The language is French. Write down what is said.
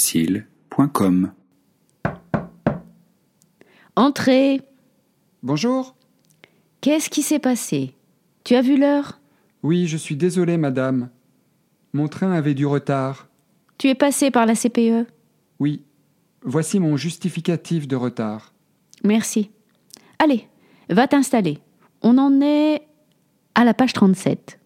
podcastfrancaisfacile.com Entrez Bonjour. Qu'est-ce qui s'est passé Tu as vu l'heure Oui, je suis désolé, madame. Mon train avait du retard. Tu es passé par la E? CPE Oui. Voici mon justificatif de retard. Merci. Allez, va t'installer. On en est à la page 37.